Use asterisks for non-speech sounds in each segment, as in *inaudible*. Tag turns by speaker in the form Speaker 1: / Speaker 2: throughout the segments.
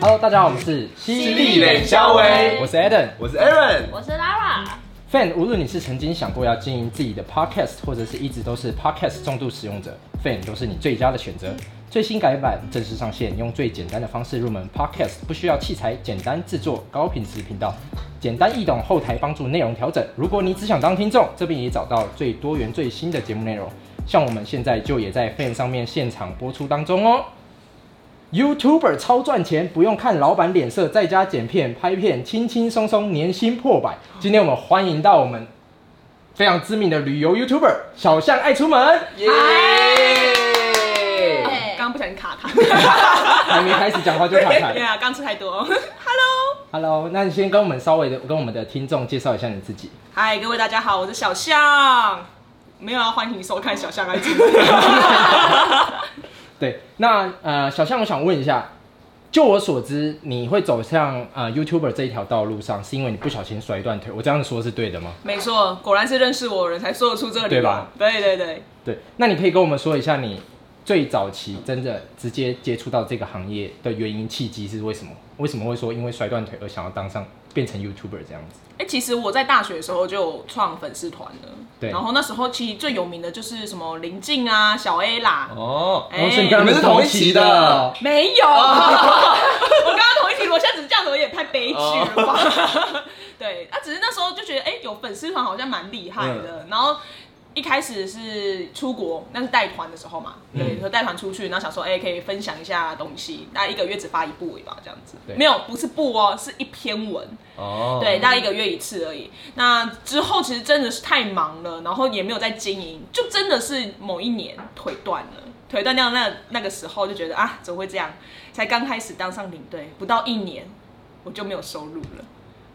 Speaker 1: Hello，大家好，我们是
Speaker 2: 犀利冷肖威
Speaker 1: 我是 Adam。
Speaker 2: 我是 Aaron，
Speaker 3: 我是 Lara，
Speaker 1: Fan，无论你是曾经想过要经营自己的 Podcast，或者是一直都是 Podcast 重度使用者，Fan 都是你最佳的选择。最新改版正式上线，用最简单的方式入门 Podcast，不需要器材，简单制作，高品质频道，简单易懂，后台帮助内容调整。如果你只想当听众，这边也找到最多元最新的节目内容，像我们现在就也在 Fan 上面现场播出当中哦。YouTuber 超赚钱，不用看老板脸色，在家剪片、拍片，轻轻松松，年薪破百。今天我们欢迎到我们非常知名的旅游 YouTuber 小象爱出门，
Speaker 2: 耶！
Speaker 3: 嗨
Speaker 1: 哎
Speaker 4: 刚刚不小心卡他，
Speaker 1: 还没开始讲话就卡
Speaker 4: *laughs* 对
Speaker 1: 台。
Speaker 4: 啊，刚吃太多。Hello，
Speaker 1: Hello，那你先跟我们稍微的跟我们的听众介绍一下你自己。
Speaker 4: 嗨，各位大家好，我是小象，没有要欢迎收看小象来节目。
Speaker 1: 对，那呃，小象，我想问一下，就我所知，你会走向呃 YouTuber 这一条道路上，是因为你不小心摔断腿？我这样说是对的吗？
Speaker 4: 没错，果然是认识我的人才说得出这个理论。对对对，
Speaker 1: 对，那你可以跟我们说一下你最早期真的直接接触到这个行业的原因契机是为什么？为什么会说因为摔断腿而想要当上变成 YouTuber 这样子？
Speaker 4: 哎、其实我在大学的时候就有创粉丝团了。
Speaker 1: 对
Speaker 4: 然后那时候其实最有名的就是什么林静啊、小 A 啦。
Speaker 2: 哦，
Speaker 4: 哎
Speaker 1: 哦所以
Speaker 2: 你们是同一期的，
Speaker 4: 没有， *laughs* 我刚刚同一题，我现在只是这样子，我也太悲剧了吧？ *laughs* 对，啊，只是那时候就觉得，哎、有粉丝团好像蛮厉害的，然后。一开始是出国，那是带团的时候嘛，对，说带团出去，然后想说，哎、可以分享一下东西，大概一个月只发一部而已吧，这样子
Speaker 1: 对，
Speaker 4: 没有，不是部哦，是一篇文，
Speaker 2: 哦，
Speaker 4: 对，大概一个月一次而已。那之后其实真的是太忙了，然后也没有在经营，就真的是某一年腿断了，腿断掉那那个时候就觉得啊，怎么会这样？才刚开始当上领队，不到一年我就没有收入了。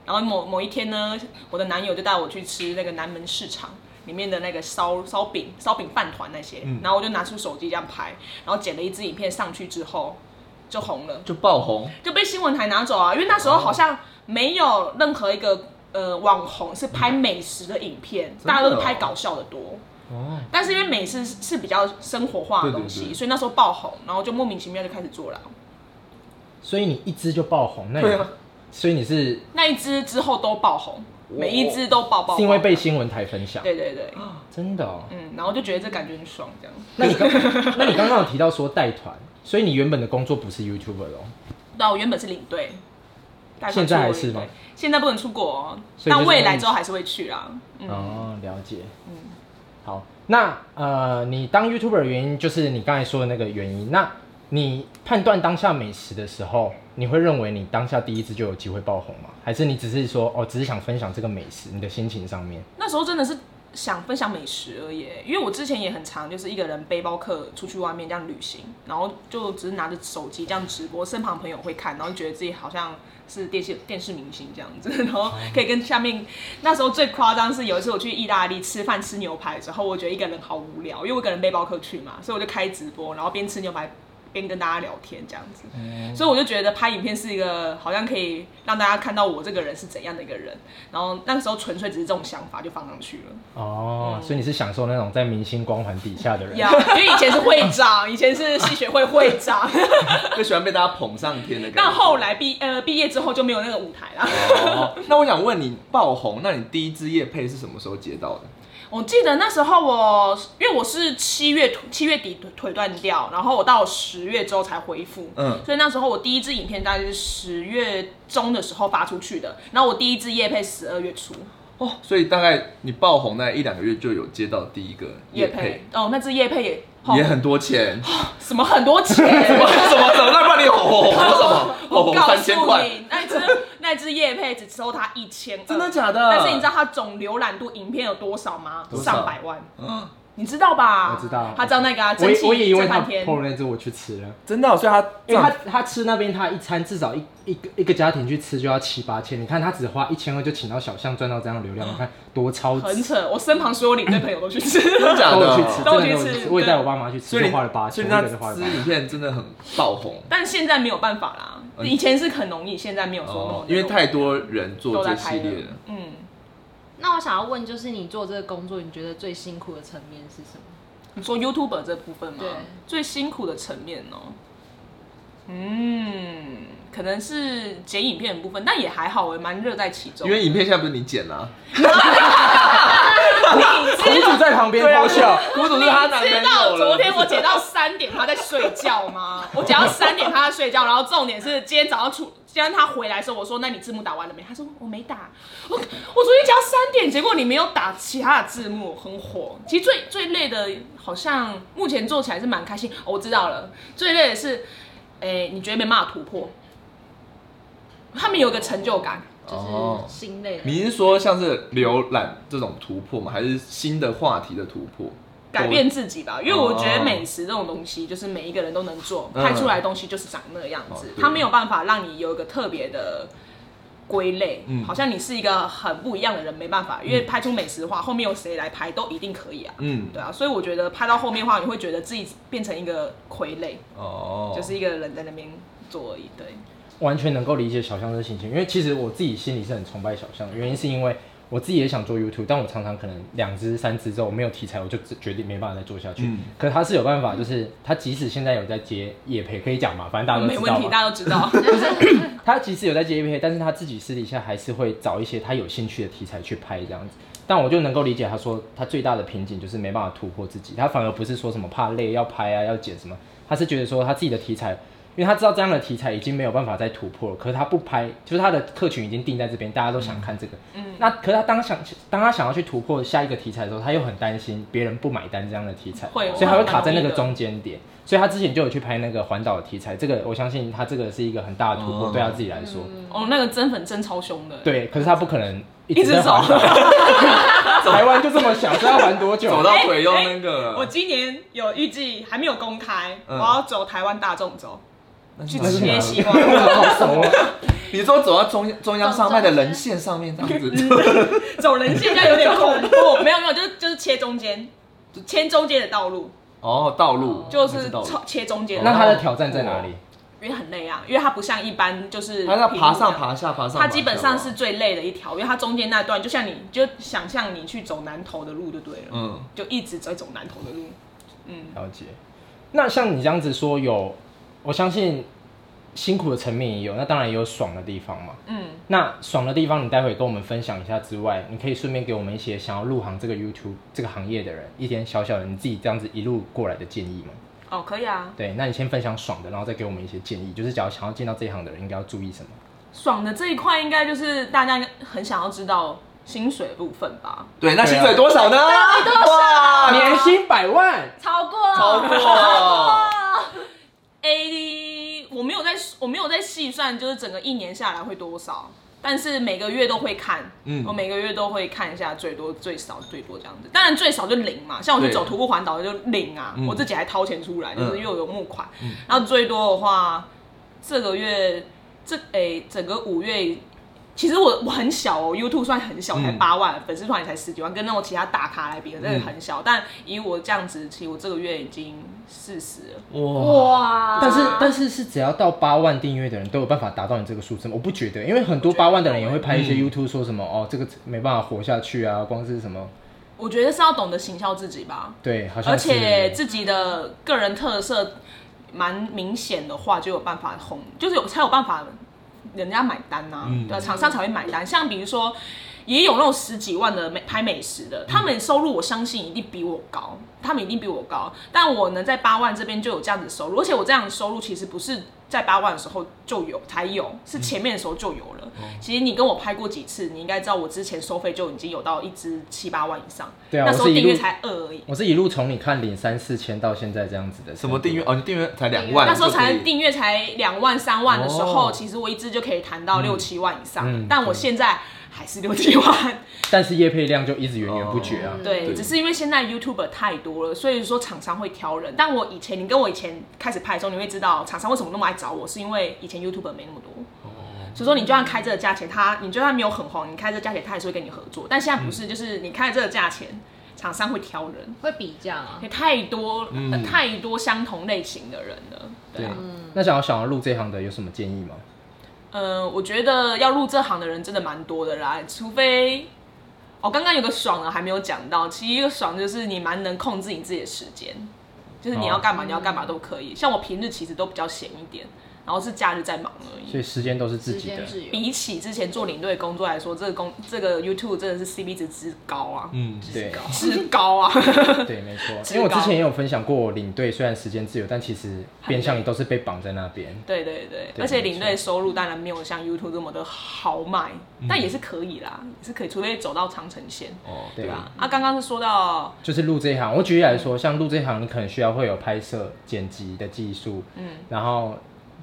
Speaker 4: 然后某某一天呢，我的男友就带我去吃那个南门市场里面的那个烧烧饼、烧饼饭团那些，然后我就拿出手机这样拍，然后剪了一支影片上去之后就红了。
Speaker 2: 就爆红，
Speaker 4: 就被新闻台拿走啊，因为那时
Speaker 1: 哦
Speaker 4: 候好像没有任何一个呃网红是拍美食的影片，
Speaker 2: 的哦
Speaker 4: 大家都是拍搞笑的多。
Speaker 1: 啊哦，
Speaker 4: 但是因为美食是是比较生活化的东西，
Speaker 2: 对对对
Speaker 4: 所以那时候爆红，然后就莫名其妙就开始做了。
Speaker 1: 所以你一支就爆红，那你
Speaker 4: 对啊
Speaker 1: 所以你是
Speaker 4: 那一支之后都爆红，
Speaker 2: 哇
Speaker 4: 每一支都爆爆爆。
Speaker 1: 是因为被新闻台分享，
Speaker 4: 对对对，
Speaker 1: 真的哦。
Speaker 4: 嗯，然后就觉得这感觉很爽，这样。
Speaker 1: 那你刚那你刚刚有提到说带团，所以你原本的工作不是 YouTuber 哦咯，
Speaker 4: 对啊，我原本是领队，带团
Speaker 1: 现在还
Speaker 4: 出国领队
Speaker 1: 是吗？
Speaker 4: 现在不能出国、哦，
Speaker 1: 所以就是
Speaker 4: 但未来之后还是会去啦。嗯，
Speaker 1: 哦，了解。好，那呃，你当 YouTuber 的原因就是你刚才说的那个原因。那你判断当下美食的时候，你会认为你当下第一次就有机会爆红吗？还是你只是说哦，只是想分享这个美食，你的心情上面？
Speaker 4: 那时候真的是想分享美食而已，因为我之前也很常就是一个人背包客出去外面这样旅行，然后就只是拿着手机这样直播，身旁朋友会看，然后觉得自己好像是电视电视明星这样子， *laughs* 然后可以跟下面那时候最夸张是有一次我去意大利吃饭吃牛排的时候，我觉得一个人好无聊，因为我一个人背包客去嘛，所以我就开直播，然后边吃牛排。边跟大家聊天这样子，所以我就觉得拍影片是一个好像可以让大家看到我这个人是怎样的一个人，然后那个时候纯粹只是这种想法就放上去了。
Speaker 1: 哦，所以你是享受那种在明星光环底下的人。
Speaker 4: 呀，因为以前是会长，以前是戏学会会
Speaker 2: *laughs*
Speaker 4: 长，
Speaker 2: 就喜欢被大家捧上天的感觉。
Speaker 4: 但后来毕呃毕业之后就没有那个舞台啦。
Speaker 2: 哦，那我想问你，爆红，那你第一支夜配是什么时候接到的？
Speaker 4: 我记得那时候我因为我是七月七月底腿腿断掉，然后我到十月之后才恢复。
Speaker 2: 嗯，
Speaker 4: 所以那时候我第一支影片大概是十月中的时候发出去的，然后我第一支夜配十二月初
Speaker 2: 哦，所以大概你爆红那一两个月就有接到第一个夜
Speaker 4: 夜
Speaker 2: 配
Speaker 4: 配，，哦，那支夜配也、哦
Speaker 2: 也很多钱，
Speaker 4: 什么很多钱，
Speaker 2: *laughs* 哇 *laughs* 什么什么？那不然你红红红什么？红
Speaker 4: 我
Speaker 2: 红
Speaker 4: 告
Speaker 2: 哦三千
Speaker 4: 诉
Speaker 2: 块，
Speaker 4: 你，嗯那只那只叶配只收他一千，
Speaker 2: 真的假的？
Speaker 4: 但是你知道他总浏览度影片有多少吗？
Speaker 2: 多少
Speaker 4: 上百万，
Speaker 2: 嗯，
Speaker 4: 你知道吧？
Speaker 1: 我知道
Speaker 4: 他知道那个啊
Speaker 1: 我
Speaker 4: 蒸
Speaker 1: 也
Speaker 4: 汽
Speaker 1: 我也因为
Speaker 4: 蒸
Speaker 1: 他
Speaker 4: 半天，
Speaker 1: PO 了那只我去吃了，
Speaker 2: 真的哦，所以他
Speaker 1: 因为他他吃那边他一餐至少一一个一个家庭去吃就要七八千，你看他只花一千二就请到小象赚到这样的流量，你看多超值
Speaker 4: 很。扯。我身旁所有领队朋友都去吃，
Speaker 2: 真的假
Speaker 1: 都有
Speaker 2: 的？
Speaker 1: 去吃，真的
Speaker 4: 都
Speaker 1: 都
Speaker 4: 有
Speaker 1: 有
Speaker 4: 去
Speaker 1: 去
Speaker 4: 吃
Speaker 1: 吃。我也带
Speaker 4: 对
Speaker 1: 我爸妈去吃，
Speaker 2: 所以
Speaker 1: 就
Speaker 2: 你
Speaker 1: 花了八千，
Speaker 2: 所以
Speaker 1: 我
Speaker 2: 那
Speaker 1: 一个人花了
Speaker 2: 支
Speaker 1: 八千。
Speaker 2: 影片真的很爆红
Speaker 4: 但现在没有办法
Speaker 2: 嗯
Speaker 4: 啦。以前是很容易，现在没有说那么
Speaker 2: 哦
Speaker 4: 容，易，
Speaker 2: 因为太多人做
Speaker 4: 都
Speaker 2: 这
Speaker 4: 在
Speaker 2: 系
Speaker 4: 拍
Speaker 2: 列
Speaker 4: 了
Speaker 2: 了。。
Speaker 4: 嗯，
Speaker 3: 那我想要问，就是你做这个工作，你觉得最辛苦的层面是什么？
Speaker 4: 你说 YouTuber 这部分吗？
Speaker 3: 对
Speaker 4: 最辛苦的层面哦、嗯，可能是剪影片的部分，但也还好，我也蛮乐在其中。
Speaker 2: 因为影片现在不是你剪啊
Speaker 4: *laughs*
Speaker 2: 啦、
Speaker 1: 苦主在旁边偷
Speaker 4: *laughs*
Speaker 1: 笑，
Speaker 2: 苦主是她男朋
Speaker 4: 啊知
Speaker 2: 友
Speaker 4: 道
Speaker 2: 了
Speaker 4: 昨天我剪到三点，他在睡觉
Speaker 2: *laughs*
Speaker 4: 吗？我剪到三点，他在睡觉。然后重点是今天早上出，今天他回来的时候，我说：“那你字幕打完了没？”他说：“我没打。我”我昨天剪到三点，结果你没有打其他的字幕，很火。其实最最累的，好像目前做起来是蛮开心。哦我知道了，最累的是，哎、你觉得没办法突破，他们有个成就感。
Speaker 3: 就是心累了。
Speaker 2: 你是说像是浏览这种突破吗？还是新的话题的突破？
Speaker 4: 改变自己吧，因为我觉得美食这种东西，就是每一个人都能做，
Speaker 1: 哦
Speaker 2: 嗯
Speaker 4: 拍出来的东西就是长那样
Speaker 2: 哦
Speaker 4: 子，
Speaker 1: 嗯
Speaker 2: 对
Speaker 4: 它没有办法让你有一个特别的归类，
Speaker 2: 嗯
Speaker 4: 好像你是一个很不一样的人，没办法，因为拍出美食的话，后面有谁来拍都一定可以啊，
Speaker 2: 嗯，
Speaker 4: 对啊，所以我觉得拍到后面的话，你会觉得自己变成一个傀儡，
Speaker 2: 哦，
Speaker 4: 就是一个人在那边做而已，对，
Speaker 1: 完全能够理解小象的心情，因为其实我自己心里是很崇拜小象的，原因是因为我自己也想做 YouTube，但我常常可能两支、三支之后没有题材，我就自决定没办法再做下去。
Speaker 2: 嗯
Speaker 1: 可他是有办法，就是他即使现在有在接业配，可以讲嘛，反正大家都
Speaker 4: 没
Speaker 1: 知
Speaker 4: 问
Speaker 1: 道
Speaker 4: 题，
Speaker 1: 嘛。
Speaker 4: 大家都知
Speaker 1: *laughs*
Speaker 4: 道，
Speaker 1: 他即使有在接业配，但是他自己私底下还是会找一些他有兴趣的题材去拍这样子。但我就能够理解他说他最大的瓶颈就是没办法突破自己，他反而不是说什么怕累要拍啊要剪什么，他是觉得说他自己的题材，因为他知道这样的题材已经没有办法再突破了，可是他不拍，就是他的客群已经定在这边，大家都想看这个。嗯，那可是他当想当他想要去突破下一个题材的时候，他又很担心别人不买单这样的题材，
Speaker 4: 会
Speaker 1: 所以他会卡在那
Speaker 4: 会
Speaker 1: 个
Speaker 4: 很容易的
Speaker 1: 中间点。所以他之前就有去拍那个环岛的题材，这个我相信他这个是一个很大的突破，
Speaker 2: 哦
Speaker 1: 对他自己来说。
Speaker 4: 哦，那个真粉真超凶的，，
Speaker 1: 对，可是他不可能一
Speaker 4: 一
Speaker 1: 直在
Speaker 4: 直走
Speaker 1: 环。岛， *laughs* 台湾就这么小，所以要环多久？
Speaker 2: *laughs* 走到腿又那个
Speaker 4: 哎我
Speaker 2: 了，
Speaker 4: 今年有预计还没有公开，
Speaker 2: 嗯
Speaker 4: 我要走台湾大众走。
Speaker 2: 那
Speaker 4: 去
Speaker 2: 是啊
Speaker 1: 是哪
Speaker 4: 切
Speaker 1: 里
Speaker 4: 西瓜，
Speaker 1: 好熟啊！
Speaker 2: 你说走到中中央山脉的人线上面这样
Speaker 4: 嗯
Speaker 2: 子，
Speaker 4: 走人现在有点恐怖。没有没有，就是就是切中间，就切中间的道路，
Speaker 2: *laughs* 哦，道路
Speaker 4: *laughs* 就是
Speaker 2: 道路哦
Speaker 4: 超切中间的
Speaker 1: 那
Speaker 4: 道
Speaker 1: 他
Speaker 4: 路。
Speaker 1: 的挑战在哪里？
Speaker 4: 因为很累啊，因为它不像一般就是
Speaker 2: 他要爬上
Speaker 4: 平路这样。
Speaker 2: 爬下爬上，
Speaker 4: 它基本上是
Speaker 2: 爬下
Speaker 4: 最累的一条，因为它中间那段，就像你就想象你去走南头的路就对了，
Speaker 2: 嗯，
Speaker 4: 就一直在走南头的路。
Speaker 1: 了解。那像你这样子说有，我相信辛苦的层面也有，那当然也有爽的地方嘛。
Speaker 4: 嗯，
Speaker 1: 那爽的地方，你待会跟我们分享一下之外，你可以顺便给我们一些想要入行这个 YouTube 这个行业的人一点小小的你自己这样子一路过来的建议吗？
Speaker 4: 哦，可以啊。
Speaker 1: 对，那你先分享爽的，然后再给我们一些建议，就是假如想要进到这一行的人应该要注意什么？
Speaker 4: 爽的这一块应该就是大家应该很想要知道薪水的部分吧？
Speaker 2: 对，那薪水多少呢？
Speaker 4: 啊
Speaker 2: 哇，
Speaker 1: 年薪百万，
Speaker 3: 超过，
Speaker 2: 超
Speaker 4: *laughs*
Speaker 2: 过，
Speaker 4: A 我没有在我没有在细算，就是整个一年下来会多少，但是每个月都会看，
Speaker 2: 嗯
Speaker 4: 我每个月都会看一下最多最少最多这样子。当然最少就零嘛，像我去
Speaker 2: 对
Speaker 4: 走徒步环岛就零啊，
Speaker 2: 嗯
Speaker 4: 我自己还掏钱出来，就是
Speaker 2: 嗯
Speaker 4: 又有募款。然后最多的话，这个月这诶、整个五月。其实我我很小哦，YouTube 算很小，才
Speaker 2: 嗯
Speaker 4: 八万，粉丝团也才十几万，跟那种其他大咖来比，真的
Speaker 2: 嗯
Speaker 4: 很小。但以我这样子，其实我这个月已经四十了，
Speaker 2: 哇，
Speaker 3: 哇！
Speaker 1: 但是但是是只要到八万订阅的人都有办法达到你这个数字吗？我不觉得，因为很多八万的人也会拍一些
Speaker 2: 嗯
Speaker 1: YouTube 说什么、哦，这个没办法活下去啊，光是什么
Speaker 4: 我觉得是要懂得行销自己吧，
Speaker 1: 对，好像
Speaker 4: 而
Speaker 1: 是
Speaker 4: 且自己的个人特色蛮明显的话，就有办法红，就是有才有办法人家买单呐、
Speaker 2: 嗯
Speaker 4: 对啊，厂商才会买单。像比如说，也有那种十几万的美拍美食的，他们收入我相信一定比我高，他们一定比我高，但我能在八万这边就有这样子收入，而且我这样的收入其实不是在八万的时候就有才有，是前面的时候就有了。
Speaker 1: 嗯
Speaker 4: 其实你跟我拍过几次，你应该知道我之前收费就已经有到一支七八万以上，
Speaker 1: 对啊
Speaker 4: 那时候
Speaker 1: 我是一
Speaker 4: 订阅
Speaker 1: 路
Speaker 4: 才二而已。
Speaker 1: 我是一路从你看领三四千到现在这样子的程度
Speaker 2: 什么订阅？哦，你订阅才两万，
Speaker 4: 那时候才
Speaker 2: 就可以
Speaker 4: 订阅才两万三万的时候，
Speaker 2: 哦
Speaker 4: 其实我一支就可以谈到六七万以上，
Speaker 1: 嗯
Speaker 4: 但我现在还是六七万。
Speaker 1: 但是业配量就一直源源不绝啊。
Speaker 3: 哦
Speaker 4: 对，
Speaker 2: 对
Speaker 4: 只是因为现在 YouTuber 太多了，所以说厂商会挑人。但我以前，你跟我以前开始拍的时候，你会知道厂商为什么那么爱找我，是因为以前 YouTuber 没那么多。
Speaker 2: 哦
Speaker 4: 所以说，你就算开这个价钱，他你就算没有很红，你开这个价钱，他还是会跟你合作。但现在不
Speaker 2: 嗯
Speaker 4: 是，就是你开这个价钱，厂商会挑人，
Speaker 3: 会比较啊，
Speaker 4: 也太多、
Speaker 2: 嗯
Speaker 4: 呃太多相同类型的人了。
Speaker 1: 对
Speaker 4: 对啊，
Speaker 1: 那想要想要入这行的有什么建议吗？
Speaker 4: 呃，我觉得要入这行的人真的蛮多的啦，除非哦，刚刚有个爽的还没有讲到，其实一个爽就是你蛮能控制
Speaker 1: 哦
Speaker 4: 你自己的时间，就是你要干嘛、你要干嘛都可以。像我平日其实都比较闲一点，然后是假日在忙而已。
Speaker 1: 所以时间都是自
Speaker 3: 时
Speaker 1: 己的
Speaker 3: 间。自由。
Speaker 4: 比起之前做领队工作来说，这个工这个 YouTube 真的是 CP 值之高啊， *laughs*
Speaker 2: 嗯，
Speaker 1: 对
Speaker 4: 之
Speaker 1: *laughs*
Speaker 4: 高啊！ *laughs*
Speaker 1: 对，没错。
Speaker 4: 职
Speaker 1: 因为我之
Speaker 4: 高
Speaker 1: 前也有分享过，领队虽然时间自由，但其实变相你都是被绑在那边。
Speaker 4: 对对对，
Speaker 1: 对
Speaker 4: 而且领队收入当然没有像 YouTube 这么的豪迈，
Speaker 1: 嗯
Speaker 4: 但也是可以啦，也是可以，除非走到长城线，
Speaker 2: 哦，
Speaker 1: 对
Speaker 2: 对
Speaker 4: 对
Speaker 2: 吧？
Speaker 4: 吧？啊，刚刚是说到
Speaker 1: 就是录这一行，我举例来说，像录这一行，你可能需要会有拍摄、剪辑的技术，嗯，然后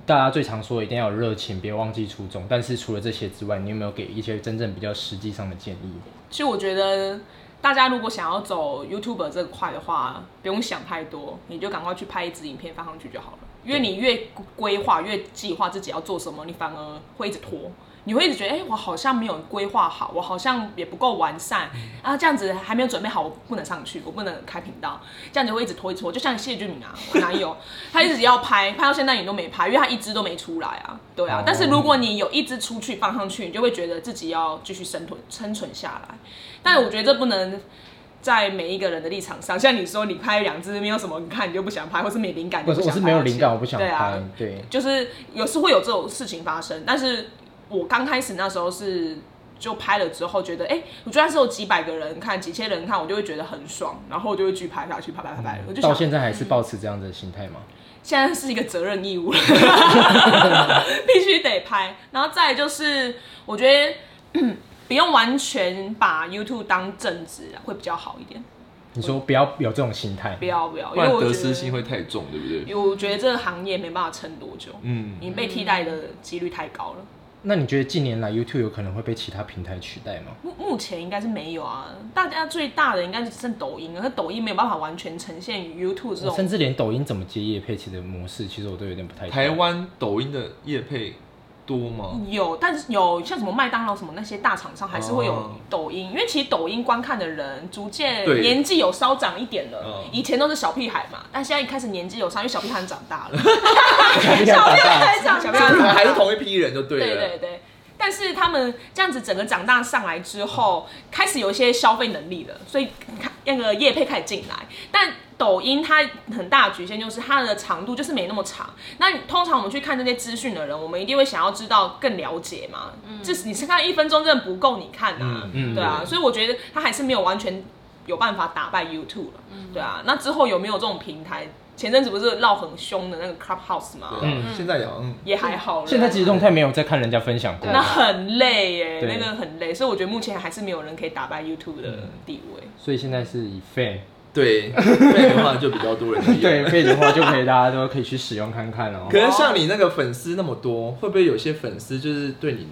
Speaker 1: 大家最常说一定要有热情，别忘记初衷。但是除了这些之外，你有没有给一些真正比较实际上的建议？
Speaker 4: 其实我觉得大家如果想要走 YouTuber 这块的话，不用想太多，你就赶快去拍一支影片放上去就好了。因为你越规划、越计划自己要做什么，你反而会一直拖。你会一直觉得，哎、我好像没有规划好，我好像也不够完善啊，这样子还没有准备好，我不能上去，我不能开频道，这样子会一直拖一直拖。就像谢俊明啊，我男友，他一直要拍，拍到现在也都没拍，因为他一支都没出来啊，对啊。
Speaker 1: 哦
Speaker 4: 但是如果你有一支出去放上去，你就会觉得自己要继续生存生存下来。但我觉得这不能在每一个人的立场上，像你说你拍两支没有什么人看，你就不想拍，或是没灵感就
Speaker 1: 我
Speaker 4: 不
Speaker 1: 是我
Speaker 4: 想拍
Speaker 1: 是没有灵感，我不想
Speaker 4: 对啊
Speaker 1: 拍，对，
Speaker 4: 就是有时会有这种事情发生，但是我刚开始那时候是就拍了之后觉得，哎、我觉得那时候几百个人看，几千人看，我就会觉得很爽，然后我就会去拍下去，拍拍拍拍，我就
Speaker 1: 到
Speaker 4: 想嗯
Speaker 1: 现在还是保持这样子的心态吗？
Speaker 4: 现在是一个责任
Speaker 1: *laughs*
Speaker 4: 义务了，必须得拍。然后再来就是，我觉得。嗯不用完全把 YouTube 当正职啊会比较好一点，
Speaker 1: 你说不要有这种心态
Speaker 4: 不，要不要，
Speaker 2: 不
Speaker 4: 因为
Speaker 2: 然
Speaker 4: 我觉
Speaker 2: 得
Speaker 4: 得
Speaker 2: 失心会太重，对不对？
Speaker 4: 因为我觉得这个行业没办法撑多久，
Speaker 2: 嗯，
Speaker 4: 你被替代的几率太高了。
Speaker 1: 那你觉得近年来 YouTube 有可能会被其他平台取代吗？
Speaker 4: 目目前应该是没有啊，大家最大的应该是剩抖音了，可是抖音没有办法完全呈现 YouTube 这
Speaker 1: 我哦甚
Speaker 4: 种。
Speaker 1: 至连抖音怎么接业配其实模式，其实我都有点不太懂
Speaker 2: 台湾抖音的业配多吗？
Speaker 4: 有，但是有像什么麦当劳什么那些大厂商还是会有
Speaker 2: 哦
Speaker 4: 抖音，因为其实抖音观看的人逐渐
Speaker 2: 对
Speaker 4: 年纪有稍长一点了
Speaker 2: 嗯，
Speaker 4: 以前都是小屁孩嘛，但现在一开始年纪有稍，因为小屁孩长大了，
Speaker 1: 小屁孩长大了
Speaker 4: 长
Speaker 3: 小
Speaker 4: 大
Speaker 3: 屁
Speaker 2: 就
Speaker 3: 孩
Speaker 2: 是
Speaker 4: 了，
Speaker 2: 还是同一批人就对啊了。
Speaker 4: 对对对。但是他们这样子整个长大上来之后，开始有一些消费能力了，所以看那个业配开始进来。但抖音它很大的局限就是它的长度就是没那么长。那你通常我们去看这些资讯的人，我们一定会想要知道更了解嘛。这是你是看一分钟真的不够你看啊，
Speaker 1: 嗯嗯
Speaker 4: 对啊，所以我觉得它还是没有完全有办法打败 YouTube 了，对啊。那之后有没有这种平台？前阵子不是闹很凶的那个 Clubhouse 嘛，
Speaker 2: 对啊，现在也好像
Speaker 4: 也还好了。
Speaker 1: 现在其实动态没有在看人家分享过，
Speaker 4: *laughs* 那很累耶，
Speaker 1: 对
Speaker 4: 那个很累，所以我觉得目前还是没有人可以打败 YouTube
Speaker 2: 嗯
Speaker 4: 的地位。
Speaker 2: 哦
Speaker 1: 所以现在是以 fan
Speaker 2: 对，被的话就比较多人用
Speaker 1: 对 fan 的话，就可以大家都可以去使用看看哦
Speaker 2: 可。是像你那个粉丝那么多，会不会有些粉丝就是对你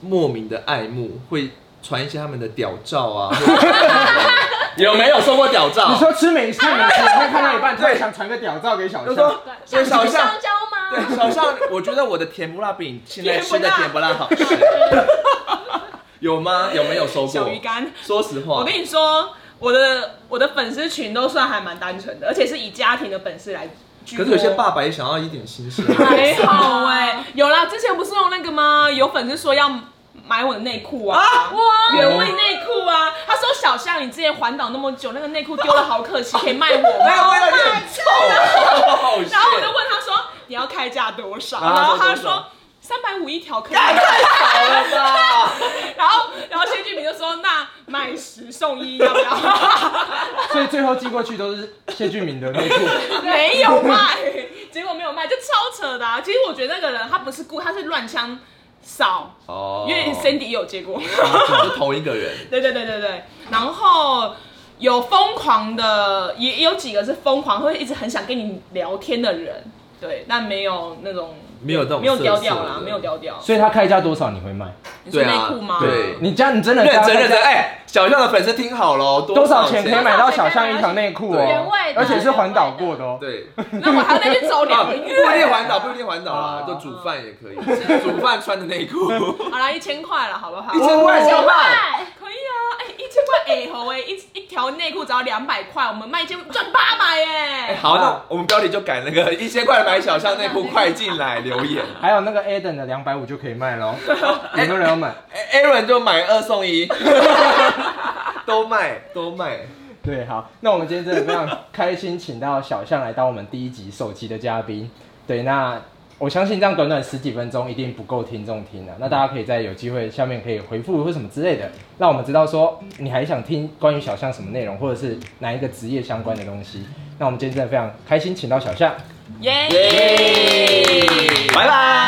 Speaker 2: 莫名的爱慕，会传一些他们的屌照啊？或者有没有收过屌
Speaker 1: 你
Speaker 2: 照？
Speaker 1: 说吃美看美食，那看到一半突然想传个屌照给小
Speaker 2: 就
Speaker 1: 象
Speaker 2: 说，对小象
Speaker 3: 香，蕉吗？
Speaker 2: 对小象，我觉得我的甜不辣比你现在吃的甜不辣好
Speaker 4: *laughs*
Speaker 2: 吃。有吗？有没有收
Speaker 4: 小
Speaker 2: 过？
Speaker 4: 鱼干，
Speaker 2: *laughs* 说实话，
Speaker 4: 我跟你说，我的我的粉丝群都算还蛮单纯的，而且是以家庭的粉丝来居
Speaker 2: 可
Speaker 4: 多。
Speaker 2: 是有些爸爸也想要一点啊新鲜。
Speaker 4: 还好哎，有啦，之前不是有那个吗？有粉丝说要买我的内裤啊，哇，原味内裤啊，他说小象，你之前环岛那么久，那个内裤丢了好可惜，可以卖
Speaker 2: *laughs*
Speaker 4: 我
Speaker 2: 那个
Speaker 4: 吗？
Speaker 2: 味道也很臭啊，好
Speaker 4: 然后我就
Speaker 2: 咸。
Speaker 4: 问他说你要开价多少？
Speaker 2: 啊
Speaker 4: 然后他
Speaker 2: 多少
Speaker 4: 说三百五一条可以
Speaker 2: 太
Speaker 4: 吗。
Speaker 2: 少了吧！
Speaker 4: 然后，然后谢俊明就说：“那买十送一，要不要？ *laughs*
Speaker 1: 所以最后寄过去都是谢俊明的内 *laughs* 裤。
Speaker 4: 没有卖，结果没有卖，就超扯的、啊。其实我觉得那个人他不是故，他是乱枪扫，
Speaker 2: 哦
Speaker 4: 因为 Cindy 也有接过。
Speaker 2: 是同一个
Speaker 4: *laughs*
Speaker 2: 人。
Speaker 4: 对对对对对，然后有疯狂的，也也有几个是疯狂，会一直很想跟你聊天的人，对，但没有那种
Speaker 2: 没有那种
Speaker 4: 没有
Speaker 2: 色
Speaker 4: 调
Speaker 2: 色
Speaker 4: 调
Speaker 2: 的
Speaker 4: 啦，没有调调。
Speaker 1: 所以他开价多少你会卖？
Speaker 4: 你说
Speaker 2: 对
Speaker 4: 内
Speaker 2: 啊
Speaker 4: 裤吗？
Speaker 2: 对
Speaker 1: 你家你真的
Speaker 2: 认真
Speaker 1: 家
Speaker 2: 认真，哎，小象的粉丝听好了，哦
Speaker 1: 多少
Speaker 2: 钱
Speaker 1: 钱可以买到小象一条内裤
Speaker 2: 原
Speaker 1: 哦
Speaker 3: 味？的
Speaker 1: 而且是环岛过的哦。
Speaker 2: 对，
Speaker 4: 那我还要再去走
Speaker 2: 啊，
Speaker 4: 两
Speaker 2: 不
Speaker 4: 个
Speaker 2: 一
Speaker 4: 月。
Speaker 2: *laughs* 定环岛，不一定环岛
Speaker 1: 哦
Speaker 2: 啦，就煮饭也可以，煮饭穿的内
Speaker 4: *laughs*
Speaker 2: 裤，一
Speaker 4: 好啦，一千块了，好不好？
Speaker 2: 千块
Speaker 1: 哦
Speaker 2: 要卖，
Speaker 3: 对，
Speaker 4: 可以啊，哎、一千块哎好哎，一一条内裤只要两百块，我们卖一千赚八百哎。
Speaker 2: 好，那我们标题就改那个一千块买小象内裤，快进来留 *laughs* 言。
Speaker 1: 还有那个 Eden 的两百五就可以卖 *laughs* 喽，有没有人要买？
Speaker 2: 哎 Aaron 就买二送一， *laughs* 都卖都卖。
Speaker 1: *laughs* 对，好，那我们今天真的非常开心，请到小象来当我们第一集首集的嘉宾。对，那我相信这样短短十几分钟一定不够听众听啊的、那大家可以在有机会下面可以回复或什么之类的，让我们知道说你还想听关于小象什么内容，或者是哪一个职业相关的东西。那我们今天真的非常开心，请到小象，
Speaker 4: 耶！
Speaker 2: 耶
Speaker 1: 拜拜。